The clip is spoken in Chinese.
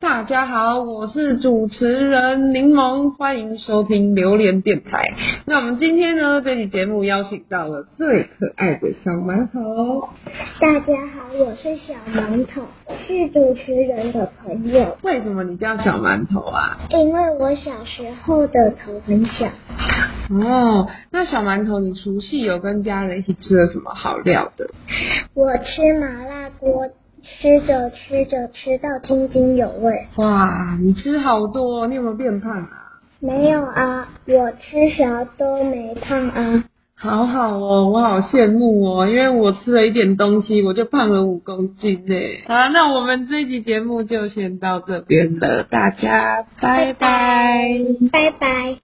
大家好，我是主持人柠檬，欢迎收听榴莲电台。那我们今天呢，这期节目邀请到了最可爱的小馒头。大家好，我是小馒头，是主持人的朋友。为什么你叫小馒头啊？因为我小时候的头很小，哦，那小馒头，你除夕有跟家人一起吃了什么好料的？我吃麻辣锅，吃着吃着吃到津津有味。哇，你吃好多哦，你有没有变胖啊？没有啊，我吃啥都没胖啊。好好哦，我好羡慕哦，因为我吃了一点东西，我就胖了五公斤呢。啊，那我们这期节目就先到这边了，大家拜拜拜拜。